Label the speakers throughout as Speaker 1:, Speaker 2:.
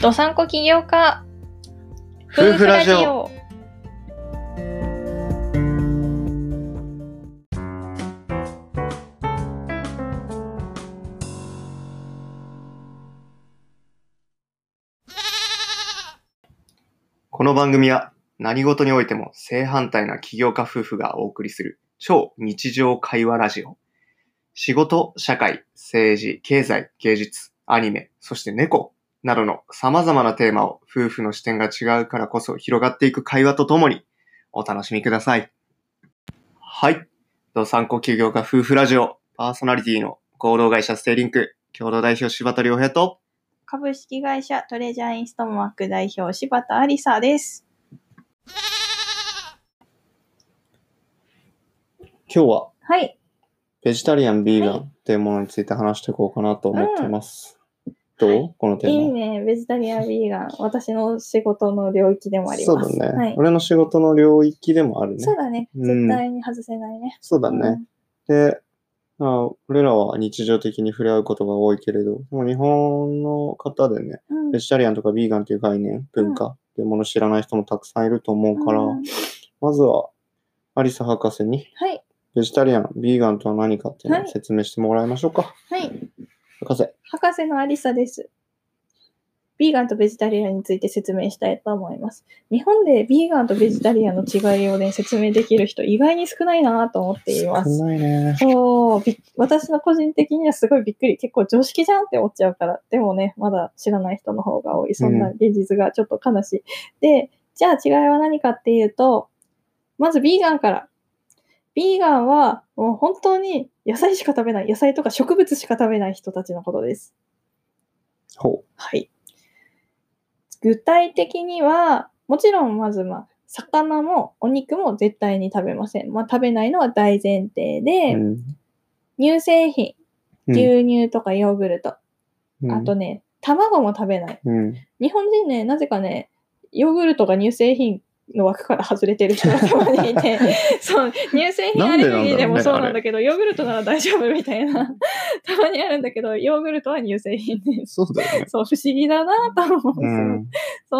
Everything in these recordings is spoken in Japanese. Speaker 1: どさんこ起業家
Speaker 2: 夫婦ラジオこの番組は何事においても正反対な起業家夫婦がお送りする超日常会話ラジオ。仕事、社会、政治、経済、芸術、アニメ、そして猫などの様々なテーマを夫婦の視点が違うからこそ広がっていく会話とともにお楽しみください。はい。ド産コ起業家夫婦ラジオパーソナリティの合同会社ステイリンク共同代表柴田良平と
Speaker 1: 株式会社トレジャーインストーンワーク代表柴田ありさです。
Speaker 2: 今日は
Speaker 1: はい。
Speaker 2: ベジタリアン、ビーガンっていうものについて話していこうかなと思ってます。
Speaker 1: うん
Speaker 2: どうこのテー
Speaker 1: い
Speaker 2: マ。
Speaker 1: いね。ベジタリアン、ビーガン。私の仕事の領域でもあり
Speaker 2: そ
Speaker 1: ます。
Speaker 2: うだね、
Speaker 1: はい。
Speaker 2: 俺の仕事の領域でもあるね。
Speaker 1: そうだね。
Speaker 2: うん
Speaker 1: 絶対に外せないね。
Speaker 2: そうだね。で、まあ、俺らは日常的に触れ合うことが多いけれど、でも日本の方でね、
Speaker 1: うん。うん。
Speaker 2: ベジタリアンとかビーガンっていう概念、文化っていうものを知らない人もたくさんいると思うから、
Speaker 1: うん
Speaker 2: まずは、アリサ博士に、
Speaker 1: はい。
Speaker 2: ベジタリアン、ビーガンとは何かっていうの
Speaker 1: は
Speaker 2: を
Speaker 1: い
Speaker 2: 説明してもらいましょうか。
Speaker 1: はい。
Speaker 2: 博士。
Speaker 1: 博士のありさです。ビーガンとベジタリアンについて説明したいと思います。日本でビーガンとベジタリアンの違いをね、説明できる人意外に少ないなと思っています
Speaker 2: 少。ないね。
Speaker 1: そう、びっ私の個人的にはすごいびっくり。結構常識じゃんって思っちゃうから。でもね、まだ知らない人の方が多い。そんな現実がちょっと悲しい。で、じゃあ違いは何かっていうと、まずビーガンから。ビーガンはもう本当に野菜しか食べない。野菜とか植物しか食べない人たちのことです。
Speaker 2: ほ
Speaker 1: はい。具体的には、もちろんまず、まあ、魚もお肉も絶対に食べません。まあ、食べないのは大前提
Speaker 2: う。
Speaker 1: で、
Speaker 2: うん
Speaker 1: 乳製品、牛乳とかヨーグルト、
Speaker 2: うん
Speaker 1: あとね、卵も食べない。
Speaker 2: うん。
Speaker 1: 日本人ね、なぜかね、ヨーグルトが乳製品の枠から外れてる人がたまにいて、 そう、乳製品アレルギーでも
Speaker 2: なんでなんだろうね
Speaker 1: そうなんだけど、ヨーグルトなら大丈夫みたいな、たまにあるんだけど、ヨーグルトは乳製品です。
Speaker 2: そうだよね。
Speaker 1: そう、不思議だなと思うんで
Speaker 2: う
Speaker 1: すよ。
Speaker 2: ん。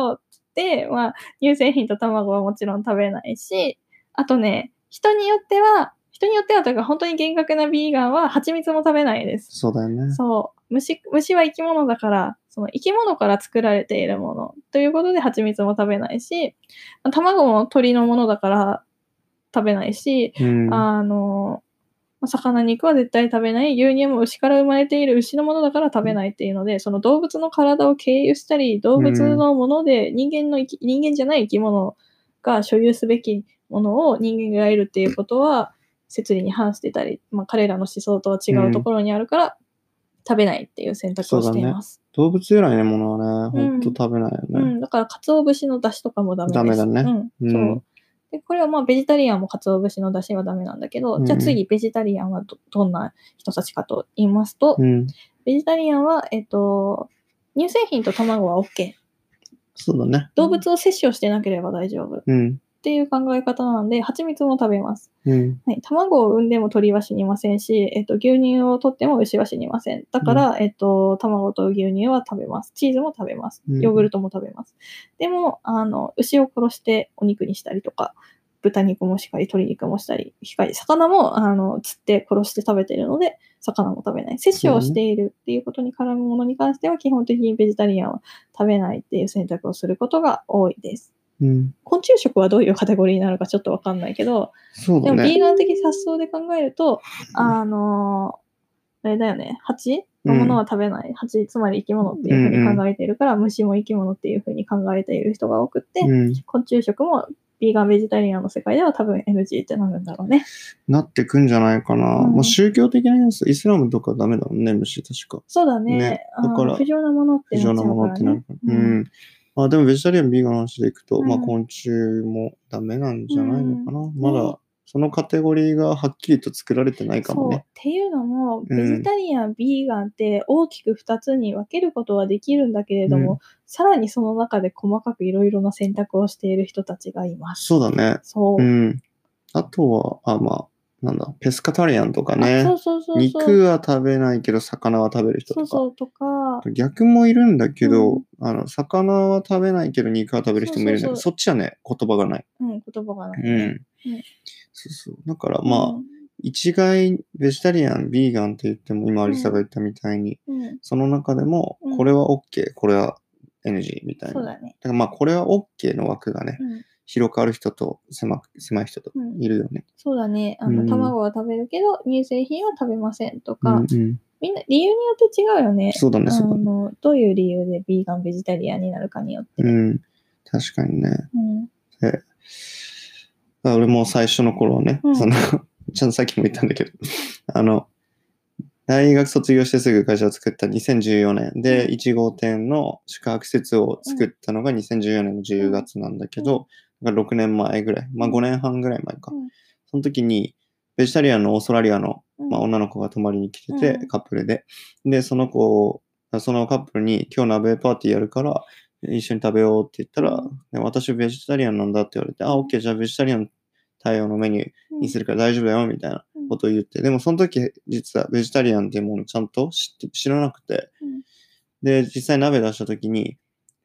Speaker 1: そう。で、まあ、乳製品と卵はもちろん食べないし、あとね、人によっては、人によってはというか、本当に厳格なビーガンは蜂蜜も食べないです。
Speaker 2: そうだよね。
Speaker 1: そう。虫、虫は生き物だから、その生き物から作られているもの。ということで、蜂蜜も食べないし、卵も鳥のものだから食べないし、
Speaker 2: うん。
Speaker 1: あの、まあ魚肉は絶対食べない、牛乳も牛から生まれている牛のものだから食べないっていうので、その動物の体を経由したり、動物のもので人間の生き、人間じゃない生き物が所有すべきものを人間が得るっていうことは、摂理に反してたり、まあ、彼らの思想とは違うところにあるから、食べないっていう選択をしています。
Speaker 2: 動物由来のものはね、
Speaker 1: うん
Speaker 2: ほんと食べないよね。
Speaker 1: うん、だから、鰹節の出汁とかもダメです。
Speaker 2: ダメだね。
Speaker 1: うん、
Speaker 2: うん
Speaker 1: そう。で、これはまあ、ベジタリアンも鰹節の出汁はダメなんだけど、
Speaker 2: うん
Speaker 1: じゃあ次、ベジタリアンはどどんな人たちかと言いますと、
Speaker 2: うん。
Speaker 1: ベジタリアンは、えっ、と、乳製品と卵は OK。
Speaker 2: そうだね。
Speaker 1: 動物を摂取をしてなければ大丈夫っ
Speaker 2: うん。
Speaker 1: ていう考え方なんで、蜂蜜も食べます。
Speaker 2: うん。
Speaker 1: はい、卵を産んでも鳥は死にませんし、えっと、牛乳を取っても牛は死にません。だから、えっと、卵と牛乳は食べます。チーズも食べます。
Speaker 2: うん
Speaker 1: ヨーグルトも食べます。でも、あの、牛を殺してお肉にしたりとか、豚肉もしっかり、鶏肉もしたり、しっかり、魚も、あの、釣って殺して食べてるので、魚も食べない。摂取をしているっていうことに絡むものに関しては、基本的にベジタリアンは食べないっていう選択をすることが多いです。
Speaker 2: うん。
Speaker 1: 昆虫食はどういうカテゴリーになるかちょっとわかんないけど、
Speaker 2: そう
Speaker 1: で
Speaker 2: だ
Speaker 1: も、ビ
Speaker 2: ね。
Speaker 1: ーガン的発想で考えると、あのーあれだよね、蜂のものは食べない。蜂、つまり生き物っていうふうに考えているから、虫も生き物っていうふうに考えている人が多くって、
Speaker 2: うん。
Speaker 1: 昆虫食もビーガン、ベジタリアンの世界では多分 NG ってなるんだろうね。
Speaker 2: なってくんじゃないかな。
Speaker 1: うん
Speaker 2: もう宗教的なやつ、イスラムとかダメだもんね、虫確か。
Speaker 1: そうだね。
Speaker 2: ね
Speaker 1: あの
Speaker 2: だから
Speaker 1: 不浄なものって
Speaker 2: 非
Speaker 1: な
Speaker 2: 常
Speaker 1: っちゃ
Speaker 2: な
Speaker 1: う
Speaker 2: も
Speaker 1: か
Speaker 2: の
Speaker 1: ら
Speaker 2: ってな
Speaker 1: ね
Speaker 2: る。から。
Speaker 1: う
Speaker 2: うんん。あでも、ベジタリアン、ビーガンの話でいくと、
Speaker 1: うん
Speaker 2: まあ、昆虫もダメなんじゃないのかな。ま
Speaker 1: ね
Speaker 2: だ、そのカテゴリーがはっきりと作られてないかも
Speaker 1: そう。っ
Speaker 2: ね。
Speaker 1: ていうのも、
Speaker 2: うん
Speaker 1: ベジタリアン、ビーガンって大きく2つに分けることはできるんだけれども、
Speaker 2: う
Speaker 1: さらにその中で細かくいろいろな選択をしている人たちがいます。
Speaker 2: そうだね。
Speaker 1: そう。
Speaker 2: うん。あとは、あ、まあ、なんだ、ペスカタリアンとかね。
Speaker 1: あそうそうそうそう。
Speaker 2: 肉は食べないけど、魚は食べる人と
Speaker 1: そ
Speaker 2: か。
Speaker 1: うそうとか、は、
Speaker 2: 逆もいるんだけど、
Speaker 1: うん
Speaker 2: あの、魚は食べないけど肉は食べる人もいるんだけど、
Speaker 1: そうそうそう
Speaker 2: そっちはね、言葉がない。
Speaker 1: うん、言葉がな
Speaker 2: う
Speaker 1: い。
Speaker 2: ん。
Speaker 1: うん
Speaker 2: そうそう。だからまあ、
Speaker 1: うん
Speaker 2: 一概、ベジタリアン、ビーガンって言っても、今、アリサが言ったみたいに、
Speaker 1: うん、
Speaker 2: その中でも
Speaker 1: う、ん
Speaker 2: これは OK、これは NG みたいな。
Speaker 1: そう
Speaker 2: だ
Speaker 1: だね。
Speaker 2: からまあ、これは OK の枠がね、
Speaker 1: うん、
Speaker 2: 広くある人と狭く狭い人と
Speaker 1: うん
Speaker 2: いるよね。
Speaker 1: そうだね。あ
Speaker 2: う
Speaker 1: の、
Speaker 2: ん
Speaker 1: 卵は食べるけど、乳製品は食べませんと
Speaker 2: う
Speaker 1: か、
Speaker 2: んうん、
Speaker 1: みんな理由によって違うよね。
Speaker 2: そうだね、
Speaker 1: あ
Speaker 2: そうだね。
Speaker 1: の、どういう理由でビーガン、ベジタリアンになるかによって。
Speaker 2: うん、確かにね。
Speaker 1: うん。
Speaker 2: だから俺も最初の頃はね、
Speaker 1: うん
Speaker 2: その、ちゃんとさっきも言ったんだけど、 あの、大学卒業してすぐ会社を作った2014年で、
Speaker 1: うん
Speaker 2: 1号店の宿泊施設を作ったのが2014年の10月なんだけど、だから6年前ぐらい、まあ
Speaker 1: うん
Speaker 2: 5年半ぐらい前か
Speaker 1: うん。
Speaker 2: その時に、ベジタリアンのオーストラリアの、
Speaker 1: うん
Speaker 2: まあ、女の子が泊まりに来てて、
Speaker 1: うん
Speaker 2: カップルで。で、その子、そのカップルに、今日鍋パーティーやるから、一緒に食べようって言ったら、
Speaker 1: うん
Speaker 2: ね私ベジタリアンなんだって言われて、あ、オッケー、じゃあベジタリアン対応のメニューにするから大丈夫だよ、みたいな
Speaker 1: うん
Speaker 2: ことを言って。でもその時、実はベジタリアンっていうものをちゃんと知って知らなくて
Speaker 1: うん。
Speaker 2: で、実際鍋出した時に、い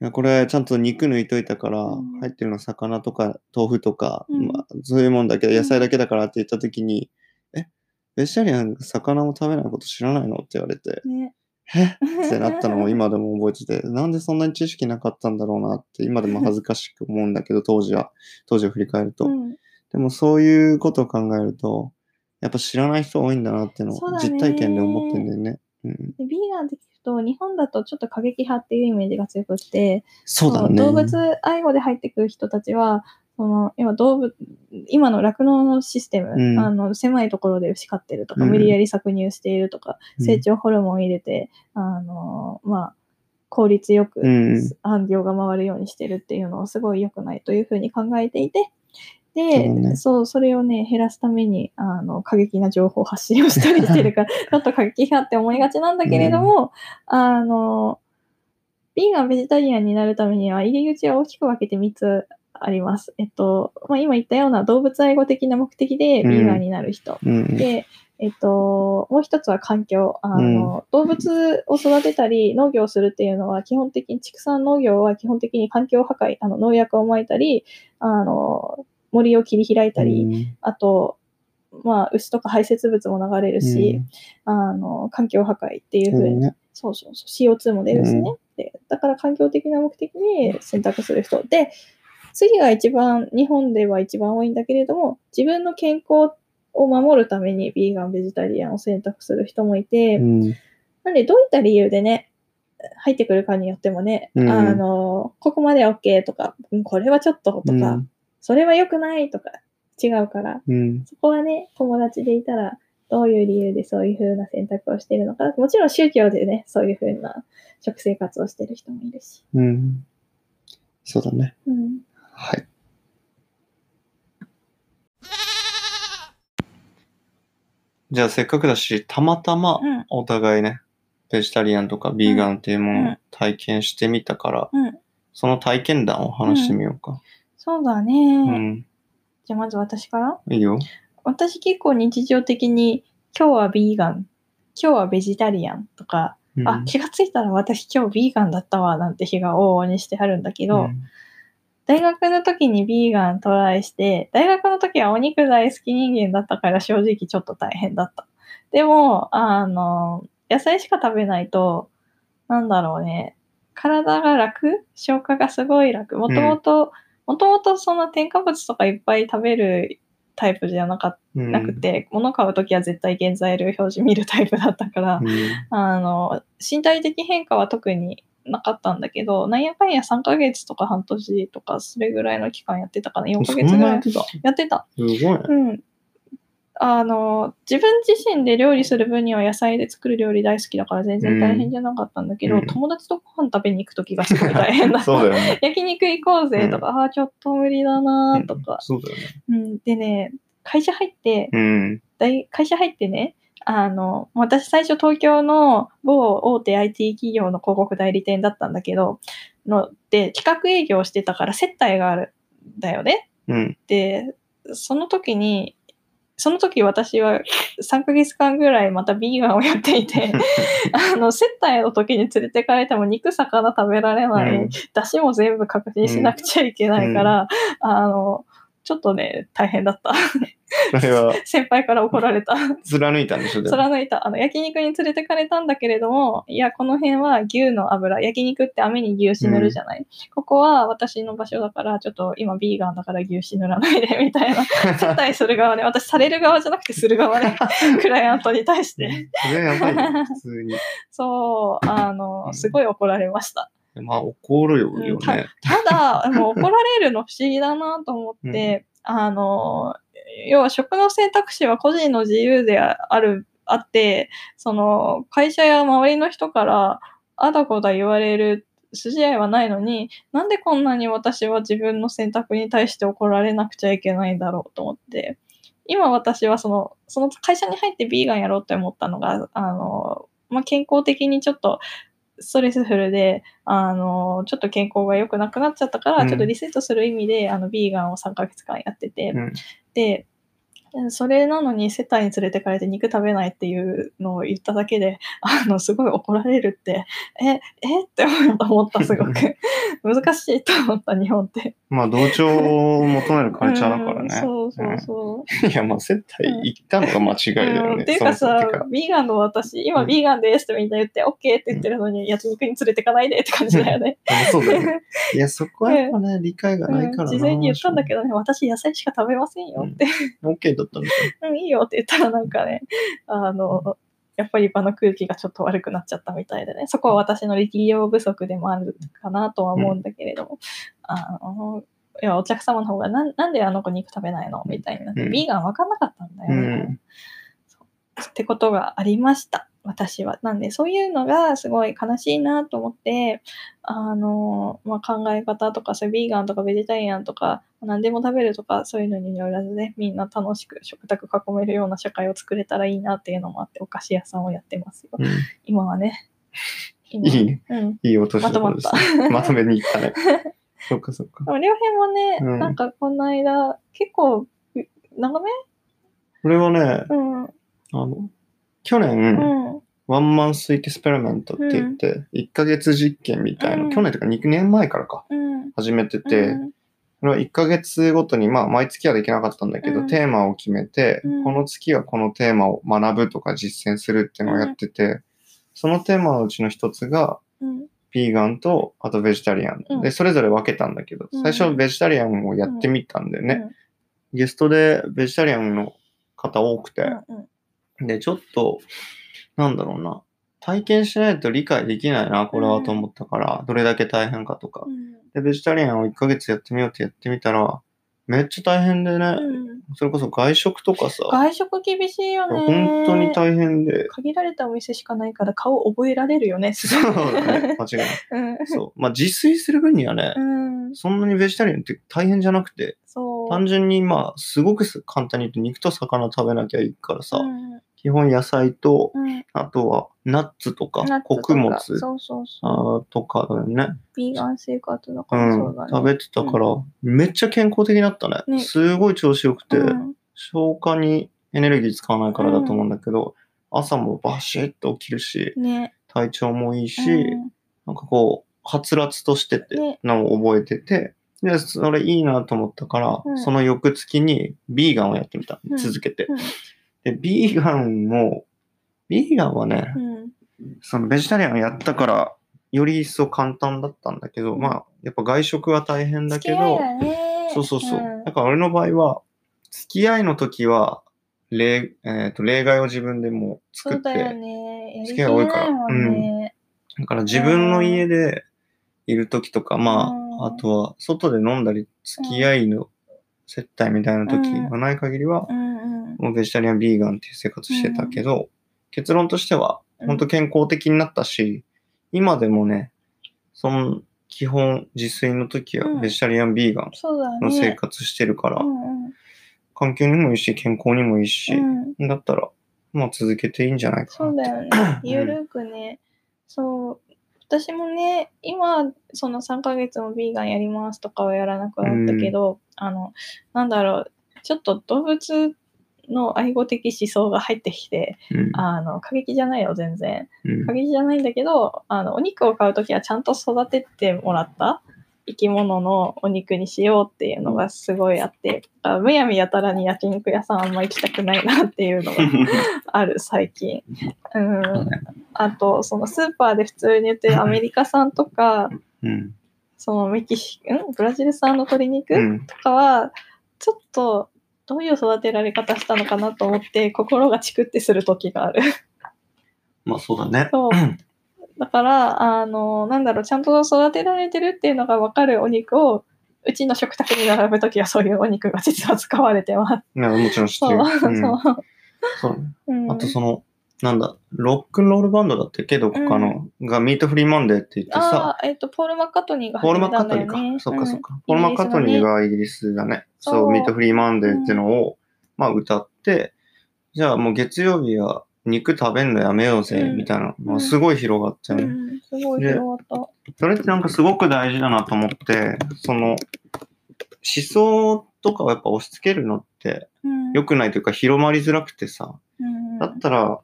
Speaker 2: やこれちゃんと肉抜いといたから、
Speaker 1: うん
Speaker 2: 入ってるの魚とか豆腐とか、
Speaker 1: うん
Speaker 2: まあ、そういうもんだけど、
Speaker 1: うん
Speaker 2: 野菜だけだからって言った時に、え、ベジタリアン魚も食べないこと知らないのって言われて、
Speaker 1: ね。
Speaker 2: えってなっ たのを今でも覚えてて、なんでそんなに知識なかったんだろうなって、今でも恥ずかしく思うんだけど、当時は、当時を振り返ると。
Speaker 1: うん
Speaker 2: でもそういうことを考えると、やっぱ知らない人多いんだなっていうの
Speaker 1: そう
Speaker 2: を
Speaker 1: だね
Speaker 2: 実体験で思ってんだよね。うん、
Speaker 1: でビーガンって聞くと、日本だとちょっと過激派っていうイメージが強くって、
Speaker 2: そうだ
Speaker 1: そ
Speaker 2: ね。
Speaker 1: の動物愛護で入ってくる人たちは、その今動物今の酪農のシステム、
Speaker 2: うん
Speaker 1: あの狭いところで牛飼ってるとか、
Speaker 2: うん
Speaker 1: 無理やり搾乳しているとか、
Speaker 2: うん
Speaker 1: 成長ホルモン入れて、あのまあ、効率よく
Speaker 2: うん
Speaker 1: 産業が回るようにしてるっていうのはすごい良くないというふうに考えていて、
Speaker 2: そう
Speaker 1: で、
Speaker 2: だね
Speaker 1: そう、それをね、減らすために、あの、過激な情報発信をしたりしてる から、ちょっと過激派って思いがちなんだけれども、あの、ビーガン、ベジタリアンになるためには、入り口は大きく分けて3つあります。えっと、まあ、今言ったような動物愛護的な目的で
Speaker 2: うん
Speaker 1: ビーガンになる人。
Speaker 2: うんうん
Speaker 1: で、えっと、もう一つは環境。あの、動物を育てたり、農業をするっていうのは、基本的に、畜産農業は基本的に環境破壊、あの、農薬を撒いたり、あの、森を切り開いたり、あと、まあ、牛とか排泄物も流れるし、あの、環境破壊っていう
Speaker 2: うん
Speaker 1: ふうに、
Speaker 2: ね
Speaker 1: そうそうそう、CO2 も出るしね。
Speaker 2: う
Speaker 1: でだから環境的な目的に選択する人。で、次が一番、日本では一番多いんだけれども、自分の健康を守るためにビーガン、ベジタリアンを選択する人もいて、
Speaker 2: うん
Speaker 1: なんでどういった理由でね、入ってくるかによってもね、
Speaker 2: うん
Speaker 1: あの、ここまでは OK とか、うんこれはちょっととか、
Speaker 2: うん
Speaker 1: それは良くないとか、違うから、
Speaker 2: うん
Speaker 1: そこはね、友達でいたら、どういう理由でそういう風な選択をしているのかな。もちろん宗教でね、そういう風な食生活をしている人もいるし。
Speaker 2: うんそうだね。
Speaker 1: うん。
Speaker 2: はい。じゃあせっかくだし、たまたま
Speaker 1: うん。
Speaker 2: お互いね、ベジタリアンとかビーガンっていうも
Speaker 1: うん
Speaker 2: の
Speaker 1: う
Speaker 2: を体験してみたから、
Speaker 1: うん
Speaker 2: その体験談を話してみようか。
Speaker 1: そうだね。
Speaker 2: うん。
Speaker 1: じゃあまず私から。
Speaker 2: いいよ。
Speaker 1: 私結構日常的に、今日はビーガン、今日はベジタリアンとか、
Speaker 2: うん
Speaker 1: あ、気がついたら私今日ビーガンだったわ、なんて日が往々にしてあるんだけど、
Speaker 2: うん
Speaker 1: 大学の時にビーガントライして、大学の時はお肉大好き人間だったから正直ちょっと大変だった。でも、あの、野菜しか食べないと、なんだろうね、体が楽消化がすごい楽。もともと、もともとそんな添加物とかいっぱい食べるタイプじゃなか
Speaker 2: うん
Speaker 1: なくて、物買う時は絶対原材料表示見るタイプだったから、
Speaker 2: うん
Speaker 1: あの、身体的変化は特になかったんだけど、なんやかんや3ヶ月とか半年とか、それぐらいの期間やってたかな、4ヶ
Speaker 2: そ
Speaker 1: 月ぐ
Speaker 2: んな
Speaker 1: ら
Speaker 2: やっ
Speaker 1: い
Speaker 2: てたす
Speaker 1: やってた。
Speaker 2: ごいね。
Speaker 1: うん。あの、自分自身で料理する分には野菜で作る料理大好きだから全然大変じゃなかったんだけど、
Speaker 2: うん
Speaker 1: 友達とご飯食べに行くときがすごい大変だった。
Speaker 2: そうだよね。
Speaker 1: 焼肉行こうぜとか、ああ、ちょっと無理だなとか、
Speaker 2: そうだよね。
Speaker 1: うん。でね、会社入って、
Speaker 2: うん。
Speaker 1: 大会社入ってねあの私最初東京の某大手 IT 企業の広告代理店だったんだけどので企画営業をしてたから接待があるんだよね
Speaker 2: うん。
Speaker 1: でその時にその時私は3ヶ月間ぐらいまたビーガンをやってい て、あの、接待の時に連れてかれても肉、魚食べられない、
Speaker 2: うん
Speaker 1: 出汁も全部確認しなくちゃいけないから、あの、ちょっとね、大変だった。
Speaker 2: それは
Speaker 1: 先輩から怒られた。
Speaker 2: 貫いたんでしょでも
Speaker 1: 貫いた。あの、焼肉に連れてかれたんだけれども、いや、この辺は牛の油。焼肉って雨に牛脂塗るじゃない、ここは私の場所だから、ちょっと今ビーガンだから牛脂塗らないで、みたいな。接待する側で、私される側じゃなくてする側で、クライアントに対して。
Speaker 2: それはやばいよ普通に。
Speaker 1: そう、あの、すごい怒られました。
Speaker 2: まあ、怒るよ
Speaker 1: うん
Speaker 2: ね。
Speaker 1: ただ、もう怒られるの不思議だなと思って、あの、要は食の選択肢は個人の自由である、あって、その、会社や周りの人から、あだこだ言われる筋合いはないのに、なんでこんなに私は自分の選択に対して怒られなくちゃいけないんだろうと思って、今私はその、その会社に入ってビーガンやろうって思ったのが、あの、まあ、健康的にちょっとストレスフルで、あの、ちょっと健康が良くなくなっちゃったから、
Speaker 2: うん
Speaker 1: ちょっとリセットする意味で、あの、ビーガンを3ヶ月間やってて、
Speaker 2: うん
Speaker 1: で、それなのに世帯に連れてかれて肉食べないっていうのを言っただけで、 あの、すごい怒られるって、え、えって思った、思ったす ごく。難しいと思った、日本って。
Speaker 2: まあ、同調を求めるカルチャーだから
Speaker 1: うん
Speaker 2: ね。
Speaker 1: そうそうそう。
Speaker 2: いや、まあ、接待行ったのが間違いだよ
Speaker 1: うん
Speaker 2: ね。
Speaker 1: っていうか
Speaker 2: その
Speaker 1: さ
Speaker 2: 時から、
Speaker 1: ビーガンの私、今
Speaker 2: うん
Speaker 1: ビーガンですってみんな言って、オッケーって言ってるのに、焼肉に連れてかないでって感じだよね。
Speaker 2: あそうだ よね。いや、そこはやっぱね、理解がないから
Speaker 1: うん
Speaker 2: な。
Speaker 1: 事前に言ったんだけどね、私野菜しか食べませんよって、
Speaker 2: ど。OK だったんでし
Speaker 1: うん、いいよって言ったらなんかね、あの、やっぱり場の空気がちょっと悪くなっちゃったみたいでね、そこは私の力量不足でもあるかなとは思うんだけれども、あの、いや、お客様の方がなん、なんであの子肉食べないのみたいになって、
Speaker 2: うん
Speaker 1: ビーガン分かんなかったんだよ
Speaker 2: ょ。う
Speaker 1: ね。
Speaker 2: ん。
Speaker 1: ってことがありました。私は。なんで、そういうのがすごい悲しいなと思って、あの、まあ、考え方とか、そういうビーガンとかベジタリアンとか、何でも食べるとか、そういうのによらずね、みんな楽しく食卓囲めるような社会を作れたらいいなっていうのもあって、お菓子屋さんをやってますよ。
Speaker 2: うん
Speaker 1: 今はね。今
Speaker 2: いいね。
Speaker 1: うん。
Speaker 2: いい落としどころですね。 まとめに行っ たね。そっかそっか
Speaker 1: で。も両辺もね、
Speaker 2: うん
Speaker 1: なんかこの間、結構、う長め
Speaker 2: これはね、
Speaker 1: うん。う
Speaker 2: あの、去年、
Speaker 1: ん。
Speaker 2: ワンマンスイートエスペラメントって言って、一1ヶ月実験みたいな、
Speaker 1: うん
Speaker 2: 去年とか2年前からか、
Speaker 1: うん。
Speaker 2: 始めてて、
Speaker 1: うん
Speaker 2: これは1ヶ月ごとに、まあ、毎月はできなかったんだけど、
Speaker 1: うん
Speaker 2: テーマを決めて、
Speaker 1: うん
Speaker 2: この月はこのテーマを学ぶとか実践するっていうのをやってて、そのテーマのうちの一つが、
Speaker 1: うん。
Speaker 2: ビーガンと、あとベジタリアン、
Speaker 1: うん
Speaker 2: で、それぞれ分けたんだけど、
Speaker 1: うん
Speaker 2: 最初ベジタリアンをやってみたんだよね。
Speaker 1: うん
Speaker 2: ゲストでベジタリアンの方多くて、
Speaker 1: うんうん。
Speaker 2: で、ちょっと、なんだろうな。体験しないと理解できないな、これは
Speaker 1: うん
Speaker 2: と思ったから、どれだけ大変かとか
Speaker 1: う。ん
Speaker 2: で、ベジタリアンを1ヶ月やってみようってやってみたら、めっちゃ大変でね、
Speaker 1: うん
Speaker 2: それこそ外食とかさ、
Speaker 1: 外食厳しいよね。
Speaker 2: 本当に大変で、
Speaker 1: 限られたお店しかないから顔覚えられるよね。
Speaker 2: そうだね、間違いない。
Speaker 1: うん。
Speaker 2: そう。まあ、自炊する分にはね、
Speaker 1: うん。
Speaker 2: そんなにベジタリアンって大変じゃなくて、
Speaker 1: そう。
Speaker 2: 単純にまあ、すごくす簡単に言うと肉と魚食べなきゃいいからさ、
Speaker 1: うん
Speaker 2: 基本野菜と、
Speaker 1: うん
Speaker 2: あとはナッツとか
Speaker 1: ナッツとか
Speaker 2: 穀物
Speaker 1: そうそうそう。
Speaker 2: あーとかだよね。
Speaker 1: ビーガン生活だか
Speaker 2: う
Speaker 1: ら
Speaker 2: ん
Speaker 1: そうだね。
Speaker 2: 食べてたから、めっちゃ健康的だったね。
Speaker 1: ね
Speaker 2: すごい調子よくて、
Speaker 1: うん
Speaker 2: 消化にエネルギー使わないからだと思うんだけど、朝もバシッと起きるし、
Speaker 1: ね。
Speaker 2: 体調もいいし、
Speaker 1: うん
Speaker 2: なんかこう、はつらつとしてて、
Speaker 1: ね
Speaker 2: のを覚えてて、で、それいいなと思ったから、
Speaker 1: うん
Speaker 2: その翌月にビーガンをやってみた。
Speaker 1: うん
Speaker 2: 続けて。
Speaker 1: うん
Speaker 2: で、ビーガンも、ビーガンはね、
Speaker 1: うん
Speaker 2: そのベジタリアンをやったから、より一層簡単だったんだけど、まあ、やっぱ外食は大変だ
Speaker 1: 付
Speaker 2: け
Speaker 1: き合い
Speaker 2: ど、
Speaker 1: だね。
Speaker 2: そうそうそう。
Speaker 1: ん
Speaker 2: だから俺の場合は、付き合いの時は、例えーと例外を自分でもう作
Speaker 1: そ
Speaker 2: っ
Speaker 1: うだ
Speaker 2: て、
Speaker 1: よね。やり
Speaker 2: 付
Speaker 1: き
Speaker 2: き合
Speaker 1: れ
Speaker 2: い多いか
Speaker 1: な
Speaker 2: ら
Speaker 1: いもんね。
Speaker 2: だから自分の家でいる時とか、ま
Speaker 1: うん
Speaker 2: あ、あとは外で飲んだり、付き合いの接待みたいな時がない限りは
Speaker 1: う、んうん。
Speaker 2: もうベジタリアン、ビーガンっていう生活してたけど、結論としては、本当
Speaker 1: うん
Speaker 2: 健康的になったし、今でもね、その基本自炊の時
Speaker 1: う
Speaker 2: は
Speaker 1: ん
Speaker 2: ベジタリアン、ビーガン
Speaker 1: そうだね。
Speaker 2: の生活してるから、
Speaker 1: うんうん
Speaker 2: 環境にもいいし、健康にもいいし、
Speaker 1: うん
Speaker 2: だったら、まあ続けていいんじゃないか
Speaker 1: そ
Speaker 2: な
Speaker 1: う
Speaker 2: って。
Speaker 1: だ よね。ゆるくね、そう、私もね、今、その3ヶ月もビーガンやりますとかはやらなくなったけど、あの、なんだろう、ちょっと動物の愛護的思想が入ってきて、
Speaker 2: うん
Speaker 1: あの、過激じゃないよ、全然。
Speaker 2: うん
Speaker 1: 過激じゃないんだけど、あの、お肉を買うときはちゃんと育ててもらった生き物のお肉にしようっていうのがすごいあって、あむやみやたらに焼肉屋さんあんま行きたくないなっていうのがある、最近。うん。あと、そのスーパーで普通に売ってるアメリカ産とか、
Speaker 2: うん
Speaker 1: そのメキシ、んブラジル産の鶏肉、
Speaker 2: うん
Speaker 1: とかはちょっとどういう育てられ方したのかなと思って心がチクってする時がある
Speaker 2: まあそうだね。
Speaker 1: そうだからあのなんだろうちゃんと育てられてるっていうのが分かるお肉をうちの食卓に並ぶ時はそういうお肉が実は使われてます
Speaker 2: ねもちろん知っ
Speaker 1: そ
Speaker 2: てる。
Speaker 1: う、
Speaker 2: うん
Speaker 1: そう、
Speaker 2: そうだね
Speaker 1: うん、
Speaker 2: あとその、なんだ、ロックンロールバンドだってけど、他の、がミートフリーマンデーって言って
Speaker 1: あ
Speaker 2: さ、
Speaker 1: ーえっ、とポール・マッカートニーが
Speaker 2: ポール・
Speaker 1: 始
Speaker 2: マ
Speaker 1: め
Speaker 2: ッ
Speaker 1: た
Speaker 2: カ
Speaker 1: ん
Speaker 2: ート
Speaker 1: だ
Speaker 2: ニ
Speaker 1: よ
Speaker 2: ー
Speaker 1: ね
Speaker 2: か。そっかそっか。ポ
Speaker 1: う
Speaker 2: ー
Speaker 1: ん
Speaker 2: ル・マッカートニー
Speaker 1: イギリスのね
Speaker 2: がイギリスだね。
Speaker 1: そ
Speaker 2: そうう、ミートフリーマンデーってのを、まあ歌って、じゃあもう月曜日は肉食べんのやめようぜ、
Speaker 1: うん
Speaker 2: みたいな。
Speaker 1: う
Speaker 2: まあ
Speaker 1: ん
Speaker 2: すごい広がったよ
Speaker 1: う
Speaker 2: ね。
Speaker 1: ん、すごい広がっ
Speaker 2: それってなんかすごく大事だなと思って、その、思想とかをやっぱ押し付けるのって
Speaker 1: た、うん、
Speaker 2: 良くないというか広まりづらくてさ、
Speaker 1: うん、
Speaker 2: だったら、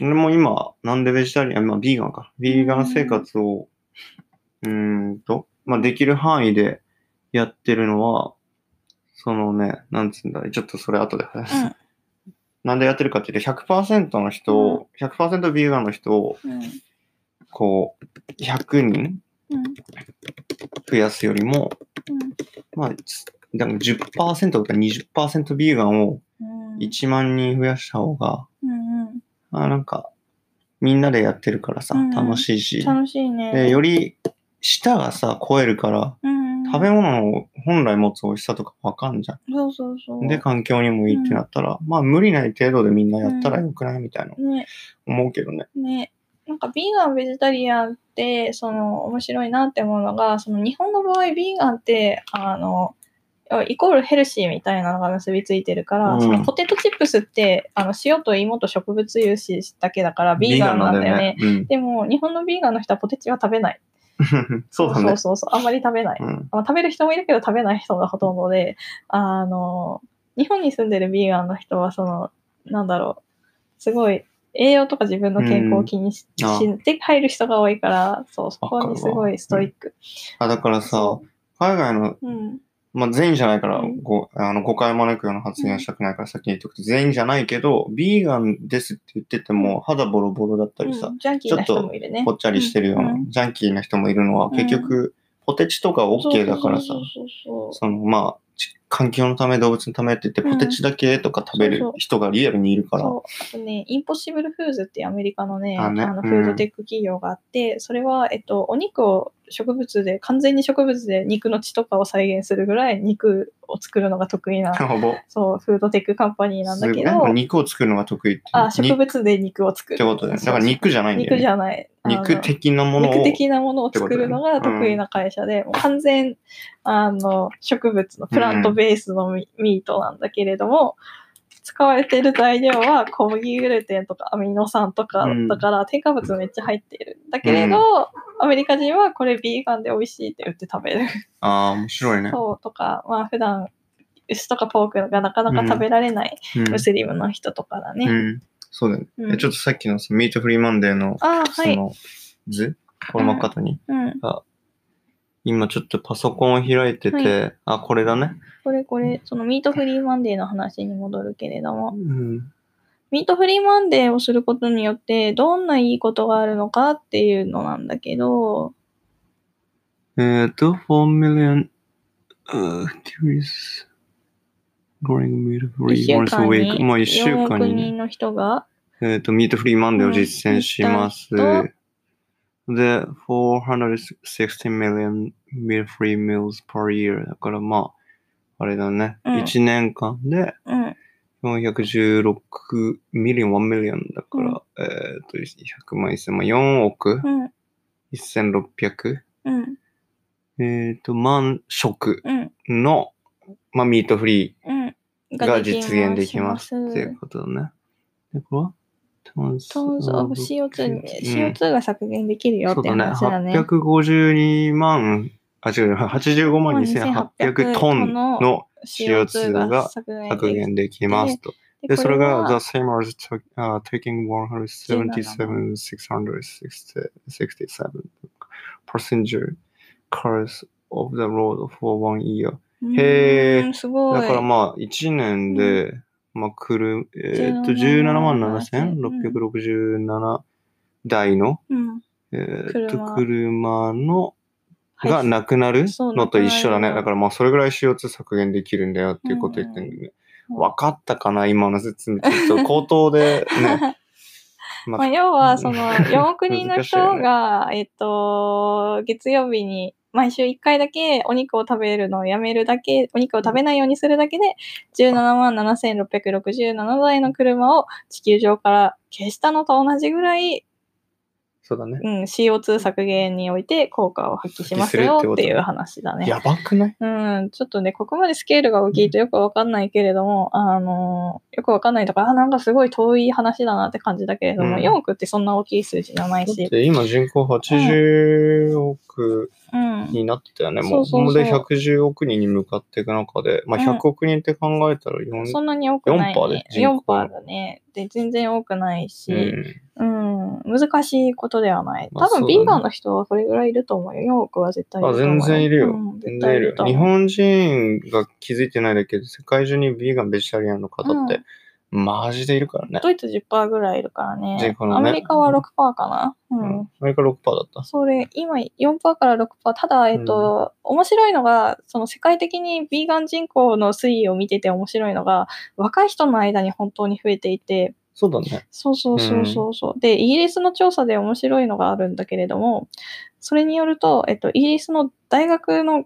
Speaker 2: 俺も今、なんでベジタリアン、まあ、ビーガンか。ビーガン生活を、うーんと、まあ、できる範囲でやってるのは、そのね、なんつうんだろう、ちょっとそれ後で話す。
Speaker 1: うん
Speaker 2: なんでやってるかっていうと、100%の人を、100%ビーガンの人を、
Speaker 1: うん
Speaker 2: こう、100人
Speaker 1: うん
Speaker 2: 増やすよりも、まあ、つでも10%とか20%ビーガンを
Speaker 1: うん
Speaker 2: 1万人増やした方が、
Speaker 1: うんうん
Speaker 2: まあなんか、みんなでやってるからさ
Speaker 1: うん、
Speaker 2: 楽しいし、
Speaker 1: 楽しいね
Speaker 2: で、より舌がさ、超えるから、
Speaker 1: うん、
Speaker 2: 食べ物の本来持つ美味しさとかわかんじゃ。
Speaker 1: そうそうそうん
Speaker 2: で、環境にもいいってなったら、まあ無理ない程度でみんなやったらよくないみたいな
Speaker 1: ね
Speaker 2: 思うけどね。
Speaker 1: ねなんかビーガンベジタリアンってその面白いなって思うのがその日本の場合ビーガンってあのイコールヘルシーみたいなのが結びついてるから、
Speaker 2: うん
Speaker 1: そのポテトチップスってあの塩と芋と植物油脂だけだからビーガンなんだよね。
Speaker 2: ビー
Speaker 1: でも日本のビーガンの人はポテチは食べない。
Speaker 2: ガンなんだよね。 うん。そうだね。
Speaker 1: そうそうそうあんまり食べない。
Speaker 2: うん。
Speaker 1: まあ、食べる人もいるけど食べない人がほとんどで、あの、日本に住んでるビーガンの人は、その、なんだろう、すごい栄養とか自分の健康を気にし,、
Speaker 2: うんあ
Speaker 1: て入る人が多いから、そう、そこ
Speaker 2: わかる
Speaker 1: に
Speaker 2: わ
Speaker 1: すごいストイック。
Speaker 2: あ、だからさ、海外の、
Speaker 1: うん。
Speaker 2: まあ全員じゃないから
Speaker 1: うん
Speaker 2: ご、あの誤解を招くような発言はしたくないから先に言っとくと、全員じゃないけど、ビーガンですって言ってても肌ボロボロだったりさ、
Speaker 1: うんジャンキーな人もいるね。
Speaker 2: ぽっちゃりしてるような
Speaker 1: うん
Speaker 2: ジャンキーな人もいるの
Speaker 1: う
Speaker 2: は、
Speaker 1: ん
Speaker 2: 結局、ポテチとか OK だからさ
Speaker 1: そう、そうそうそう
Speaker 2: そのまあ、ち環境のため、動物のためって言って、
Speaker 1: うん
Speaker 2: ポテチだけとか食べ
Speaker 1: そう
Speaker 2: る
Speaker 1: そう
Speaker 2: 人がリアルにいるから、
Speaker 1: そうあとね、インポッシブルフーズっていうアメリカのね、あ
Speaker 2: あね
Speaker 1: の
Speaker 2: うん
Speaker 1: フードテック企業があって、それは、えっと、お肉を植物で、完全に植物で肉の血とかを再現するぐらい肉を作るのが得意な、
Speaker 2: ほぼ。
Speaker 1: そう、フードテックカンパニーなんだけ
Speaker 2: すごい
Speaker 1: ど、
Speaker 2: 肉を作るのが得意って。
Speaker 1: あ、植
Speaker 2: にっ
Speaker 1: 物で肉を作る。
Speaker 2: てことだよね。だから肉じゃないんだよ
Speaker 1: 肉じ
Speaker 2: ね。
Speaker 1: ゃない。あの
Speaker 2: 肉的なものを。
Speaker 1: 肉的なものを作るのが
Speaker 2: ってことだよね
Speaker 1: 得意な会社で、もう完全、あの、植物のプラントベースのミ,、ートなんだけれども、使われてる材料は小麦グルテンとかアミノ酸とか
Speaker 2: うん
Speaker 1: だから添加物めっちゃ入っている。だけれど、アメリカ人はこれビーガンで美味しいって言って食べる。
Speaker 2: ああ、面白いね。
Speaker 1: そうとか、まあ普段牛とかポークがなかなか食べられない
Speaker 2: うん
Speaker 1: ムスリムの人とかだね。
Speaker 2: うんそうだよね。
Speaker 1: うん
Speaker 2: えちょっとさっきのさミートフリーマンデーの、
Speaker 1: ああ、
Speaker 2: そ
Speaker 1: はい。
Speaker 2: の図この中に、
Speaker 1: うん。
Speaker 2: 今ちょっとパソコンを開いてて、あ、これだね。
Speaker 1: これこれ、そのミートフリーマンデーの話に戻るけれど
Speaker 2: う
Speaker 1: も、
Speaker 2: ん。
Speaker 1: ミートフリーマンデーをすることによって、どんないいことがあるのかっていうのなんだけど、
Speaker 2: えっと、4 million uh, theories growing meat
Speaker 1: 1
Speaker 2: free
Speaker 1: 週
Speaker 2: once
Speaker 1: 間
Speaker 2: a
Speaker 1: に
Speaker 2: week. まあ1週
Speaker 1: 4
Speaker 2: 間
Speaker 1: 億
Speaker 2: に
Speaker 1: 人
Speaker 2: ね、
Speaker 1: の人が、
Speaker 2: えっと、ミートフリーマンデーを実践します。
Speaker 1: うん
Speaker 2: で、460 million meat free meals per year. だからまあ、あれだね。
Speaker 1: うん
Speaker 2: 1年間で
Speaker 1: うん、
Speaker 2: 416 million, 1 million だから、えっと、100万1000万、4億
Speaker 1: うん、
Speaker 2: 1600。
Speaker 1: うん、
Speaker 2: えっと、万食。
Speaker 1: うん、
Speaker 2: の、まあ、ミートフリ
Speaker 1: うん。
Speaker 2: ーが実現できますっていうことだね。で、これはトン
Speaker 1: トーンズオブ CO2 に、CO2 が削減できるよ
Speaker 2: そ
Speaker 1: っ
Speaker 2: う
Speaker 1: て
Speaker 2: だね。
Speaker 1: 話だね。
Speaker 2: 852万、あ、違う違う、85万2800トンの
Speaker 1: CO2
Speaker 2: CO2 が
Speaker 1: 削減
Speaker 2: 削減できますと。
Speaker 1: で
Speaker 2: で、それが、
Speaker 1: こ
Speaker 2: the same as t uh, taking 177,667 passenger cars of the road for one year.
Speaker 1: れ
Speaker 2: へ
Speaker 1: は
Speaker 2: ー
Speaker 1: うーんすごい。
Speaker 2: だからまあ、1年で、まあ、くる、えーっと、
Speaker 1: 17
Speaker 2: 177,667台の、
Speaker 1: うん、
Speaker 2: えーっ
Speaker 1: 車
Speaker 2: と、車の、
Speaker 1: はい
Speaker 2: がなくなる
Speaker 1: そう
Speaker 2: のと一緒だね。
Speaker 1: なくなる
Speaker 2: だからまあ、それぐらい CO2 削減できるんだよっていうこと言ってるんだよね。わかったかな今の説 明。ちょっと口頭でね。ま
Speaker 1: まあ、
Speaker 2: あ、
Speaker 1: 要は、その、
Speaker 2: うん
Speaker 1: 4億人の人
Speaker 2: 難しい
Speaker 1: が、えっと、月曜日に、毎週1回だけお肉を食べるのをやめるだけ、お肉を食べないようにするだけで、17万7667台の車を地球上から消したのと同じぐらい、
Speaker 2: そうだね。
Speaker 1: うん、CO2 削減において効果を発揮します
Speaker 2: 発
Speaker 1: よ
Speaker 2: 揮するってこと
Speaker 1: っていう話だね。
Speaker 2: やばくない
Speaker 1: うん、ちょっとね、ここまでスケールが大きいとよくわかんないけれども、あのー、よくわかんないとか、あ、なんかすごい遠い話だなって感じだけれども、
Speaker 2: うん
Speaker 1: 4億ってそんな大きい数字じゃない
Speaker 2: だっ
Speaker 1: し、
Speaker 2: て今人口80億
Speaker 1: うん。
Speaker 2: になってたよね。
Speaker 1: うん
Speaker 2: もう、
Speaker 1: そうそうそう
Speaker 2: もうで110億人に向かっていく中で、まあ
Speaker 1: うん
Speaker 2: 100億人って考えたら4、
Speaker 1: そんなに多くない、
Speaker 2: 4%
Speaker 1: ね
Speaker 2: で。
Speaker 1: 4%,
Speaker 2: 人口
Speaker 1: だね。で、全然多くないし、
Speaker 2: うん
Speaker 1: うん、難しいことではない。
Speaker 2: まあ
Speaker 1: 多分、
Speaker 2: そうだね
Speaker 1: ビーガンの人はそれぐらいいると思うよ。4億は絶対いると思う。
Speaker 2: あ全然いるよ
Speaker 1: うん絶
Speaker 2: 全
Speaker 1: 対い
Speaker 2: 然い
Speaker 1: る
Speaker 2: る
Speaker 1: と
Speaker 2: よ日
Speaker 1: 思う。
Speaker 2: 本人が気づいてないだけで、世界中にビーガン、ベジタリアンの方って、マジでいるからね。
Speaker 1: ドイツ10%ぐらいいるからね。
Speaker 2: 人口の
Speaker 1: ア
Speaker 2: ね
Speaker 1: メリカは6%かな。うん
Speaker 2: うんアメリカ6%だった。
Speaker 1: それ、今4%から6%。ただ、えっと、面白いのが、その世界的にビーガン人口の推移を見てて面白いのが、若い人の間に本当に増えていて、
Speaker 2: そうだね。
Speaker 1: そうそうそうそうそう。で、イギリスの調査で面白いのがあるんだけれども、それによると、えっと、イギリスの大学の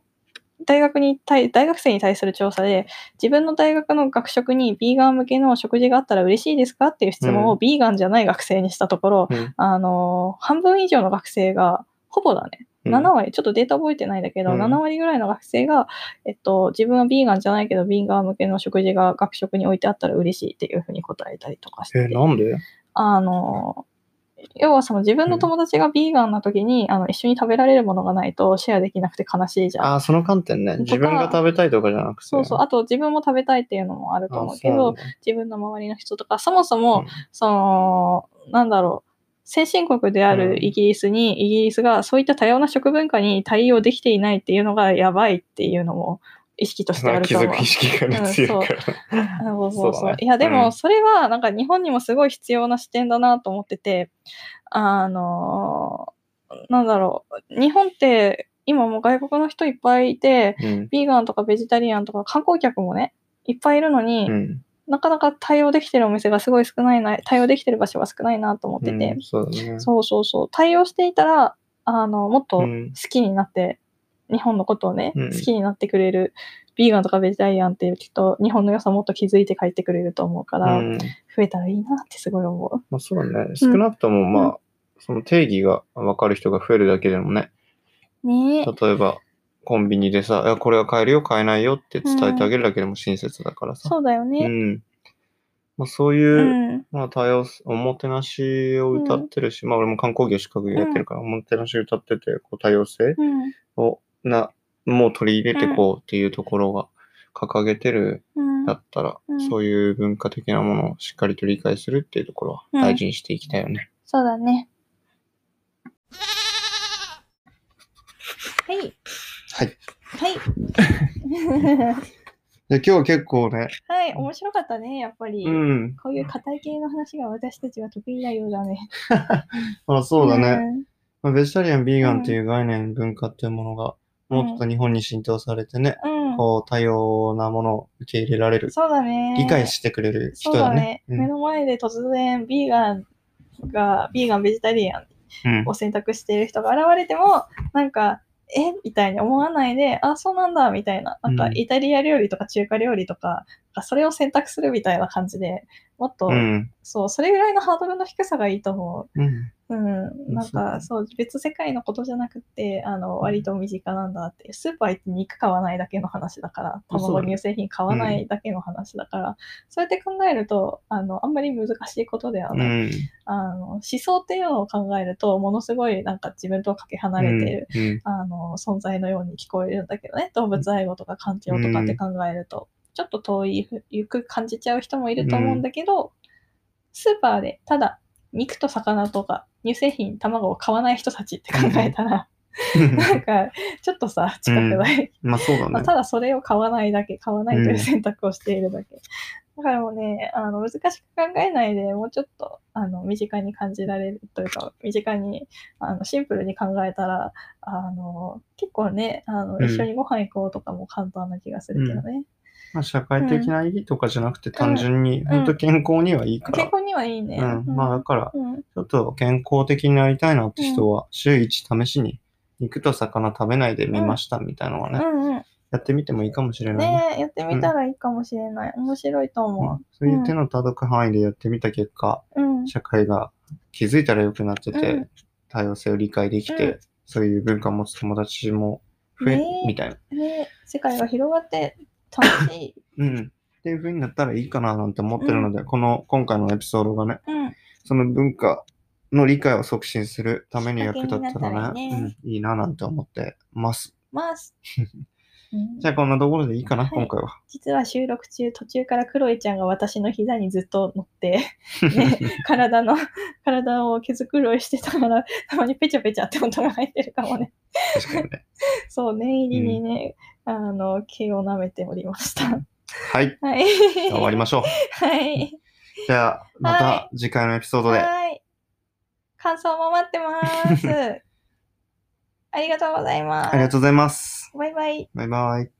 Speaker 1: 大学に対大学生に対する調査で自分の大学の学食にビーガン向けの食事があったら嬉しいですかっていう質問を
Speaker 2: う
Speaker 1: ビーガンじゃない学生にしたところ、
Speaker 2: うん
Speaker 1: あのー半分以上の学生が、ほぼだね、
Speaker 2: うん
Speaker 1: 7割、ちょっとデータ覚えてないんだけど、
Speaker 2: うん
Speaker 1: 7割ぐらいの学生が、えっと、自分はビーガンじゃないけど、ビーガン向けの食事が学食に置いてあったら嬉しいっていうふうに答えたりとかして
Speaker 2: え、
Speaker 1: て、
Speaker 2: なんで
Speaker 1: あのー要はその自分の友達がビーガンな時に、あの一緒に食べられるものがないとシェアできなくて悲しいじゃん。
Speaker 2: ああ、その観点ね。
Speaker 1: か
Speaker 2: 自分が食べたいとかじゃなくて。
Speaker 1: そうそう。あと自分も食べたいっていうのもあると
Speaker 2: あ
Speaker 1: 思う
Speaker 2: そ
Speaker 1: け
Speaker 2: うなん
Speaker 1: ど、
Speaker 2: だ
Speaker 1: 自分の周りの人とか、そもそも、
Speaker 2: うん
Speaker 1: その、なんだろう、先進国であ
Speaker 2: うん
Speaker 1: るイギリスに、イギリスがそういった多様な食文化に対応できていないっていうのがやばいっていうのも意識としてあると思う。
Speaker 2: 気づく意識がね強いから。
Speaker 1: そうそうそう
Speaker 2: そうだね
Speaker 1: いや、で
Speaker 2: う
Speaker 1: も、
Speaker 2: ん
Speaker 1: それは、なんか日本にもすごい必要な視点だなと思ってて、あのなんだろう、日本って今もう外国の人いっぱいいて、
Speaker 2: うん
Speaker 1: ビーガンとかベジタリアンとか観光客もね、いっぱいいるのに、
Speaker 2: うん
Speaker 1: なかなか対応できてるお店がすごい少ないな、対応できてる場所が少ないなと思ってて
Speaker 2: う、んそうだね。
Speaker 1: そうそうそう、対応していたら、あの、もっと
Speaker 2: う
Speaker 1: 好
Speaker 2: ん
Speaker 1: きになって、日本のことをね、
Speaker 2: うん
Speaker 1: 好きになってくれる、ビーガンとかベジタリアンっていうきっと日本の良さもっと気づいて帰ってくれると思うから、
Speaker 2: うん
Speaker 1: 増えたらいいなってすごい思う。
Speaker 2: まあそうだね。少なくともまあ、その定義が分かる人が増えるだけでもね、
Speaker 1: ねえ。
Speaker 2: 例えばコンビニでさ、いやこれは買えるよ、買えないよって伝えてあげるだけでも親切だからさ。
Speaker 1: そうだよ
Speaker 2: う
Speaker 1: ね。
Speaker 2: ん。まあそういうう、
Speaker 1: ん。
Speaker 2: まあ多様す、おもてなしを歌ってるし、まあ俺も観光業資格やってるから、おもてなし歌ってて、こう多様性
Speaker 1: うん。
Speaker 2: をな、もう取り入れてこうっていうところが掲げてる
Speaker 1: うん
Speaker 2: だ。ったら、
Speaker 1: うん
Speaker 2: そういう文化的なものをしっかりと理解するっていうところ
Speaker 1: うん
Speaker 2: は大事にしていきたいよね。
Speaker 1: そうだね。はい。
Speaker 3: はい。
Speaker 1: はい。
Speaker 3: で今日は結構ね、
Speaker 1: はい、面白かったね、やっぱり。
Speaker 2: うん。
Speaker 1: こういう硬い系の話が私たちは得意なようだね。
Speaker 2: まあそうだね。。まあ、ベジタリアン、ビーガンっていう概念、文化っていうものが、
Speaker 1: うん
Speaker 2: もっと日本に浸透されてね、
Speaker 1: うん。
Speaker 2: こう多様なものを受け入れられる、
Speaker 1: そうだね。
Speaker 2: 理解してくれる人
Speaker 1: そうだ
Speaker 2: だね
Speaker 1: ね。。
Speaker 2: う
Speaker 1: 目
Speaker 2: ん
Speaker 1: の前で突然、ビーガンが、ビーガン、ベジタリアン
Speaker 2: うん
Speaker 1: を選択している人が現れても、なんか、えみたいに思わないで、あ、そうなんだ、みたいな。なんか
Speaker 2: う、ん
Speaker 1: イタリア料理とか中華料理とか、それを選択するみたいな感じで、もっと、
Speaker 2: うん。
Speaker 1: そう、それぐらいのハードルの低さがいいと思う。
Speaker 2: うん。
Speaker 1: うん、なんかそう別世界のことじゃなくてあの割と身近なんだってスーパー行って肉買わないだけの話だから
Speaker 2: あそう
Speaker 1: 卵
Speaker 2: だね
Speaker 1: 乳製品買わないだけの話だからそうやって考えるとあのあんまり難しいことでは
Speaker 2: う
Speaker 1: ない、
Speaker 2: ん。
Speaker 1: あの思想っていうのを考えるとものすごいなんか自分とはかけ離れてる、
Speaker 2: うん。
Speaker 1: あの存在のように聞こえるんだけどね動物愛護とか環境とかって考えると、ちょっと遠いふゆく感じちゃう人もいると思うんだけど、スーパーでただ肉と魚とか乳製品卵を買わない人たちって考えたら、なんかちょっとさ近くない、
Speaker 2: まあそうだ
Speaker 1: まあ、
Speaker 2: ね。
Speaker 1: ただそれを買わないだけ、買わないといううん選択をしているだけ。だからもうね、あの、難しく考えないで、もうちょっと、あの、身近に感じられるというか、身近に、あの、シンプルに考えたら、あの、結構ね、あの、
Speaker 2: うん
Speaker 1: 一緒にご飯行こうとかも簡単な気がするけどね。
Speaker 2: まあ社会的な意義とかじゃなくて単純に、
Speaker 1: ん
Speaker 2: 本当健康にはいいか
Speaker 1: 健
Speaker 2: ら。
Speaker 1: 康にはいいね。
Speaker 2: うん。まあだから、
Speaker 1: うん、
Speaker 2: ちょっと健康的になりたいなって人は、週1試しに肉と魚食べないでみましたみたいなのが
Speaker 1: う
Speaker 2: ね、
Speaker 1: ん、うん。
Speaker 2: やってみてもいいかもしれないね。
Speaker 1: ねえやってみたらいいかもしれない。面白いと思
Speaker 2: そういう手の届く範囲でやってみた結果、
Speaker 1: う。うん。
Speaker 2: 社会が気づいたら良くなってて、
Speaker 1: うん
Speaker 2: 多様性を理解できて、
Speaker 1: うん
Speaker 2: そういう文化を持つ友達も増え、
Speaker 1: ねえ
Speaker 2: みたいな。
Speaker 1: ね世界が広がって楽しい。
Speaker 2: うん。っていう風になったらいいかななんて思ってるので、この今回のエピソードがね、
Speaker 1: うん。
Speaker 2: その文化の理解を促進するために役立っ
Speaker 1: きったかけになった
Speaker 2: ら
Speaker 1: ら
Speaker 2: ね、
Speaker 1: いいね
Speaker 2: うん、いいななんて思ってます。
Speaker 1: ます。うん
Speaker 2: じゃあこんなところでいいかな、
Speaker 1: はい
Speaker 2: 今回は。
Speaker 1: 実は収録中途中からクロエちゃんが私の膝にずっと乗 って、ね、体の体を毛づくろいしてたからたまにペチャペチャって音が入ってるかもね
Speaker 2: 確かにね。
Speaker 1: そう念入りにね、あの毛を舐めておりました
Speaker 2: はい。
Speaker 1: はい
Speaker 2: じゃあ終わりましょう。
Speaker 1: はい
Speaker 2: じゃあ、ま
Speaker 1: は
Speaker 2: た次回のエピソードで。
Speaker 1: はい感想も待って ますありがとうございます
Speaker 2: ありがとうございます。
Speaker 1: バイバイ
Speaker 2: バイバイ。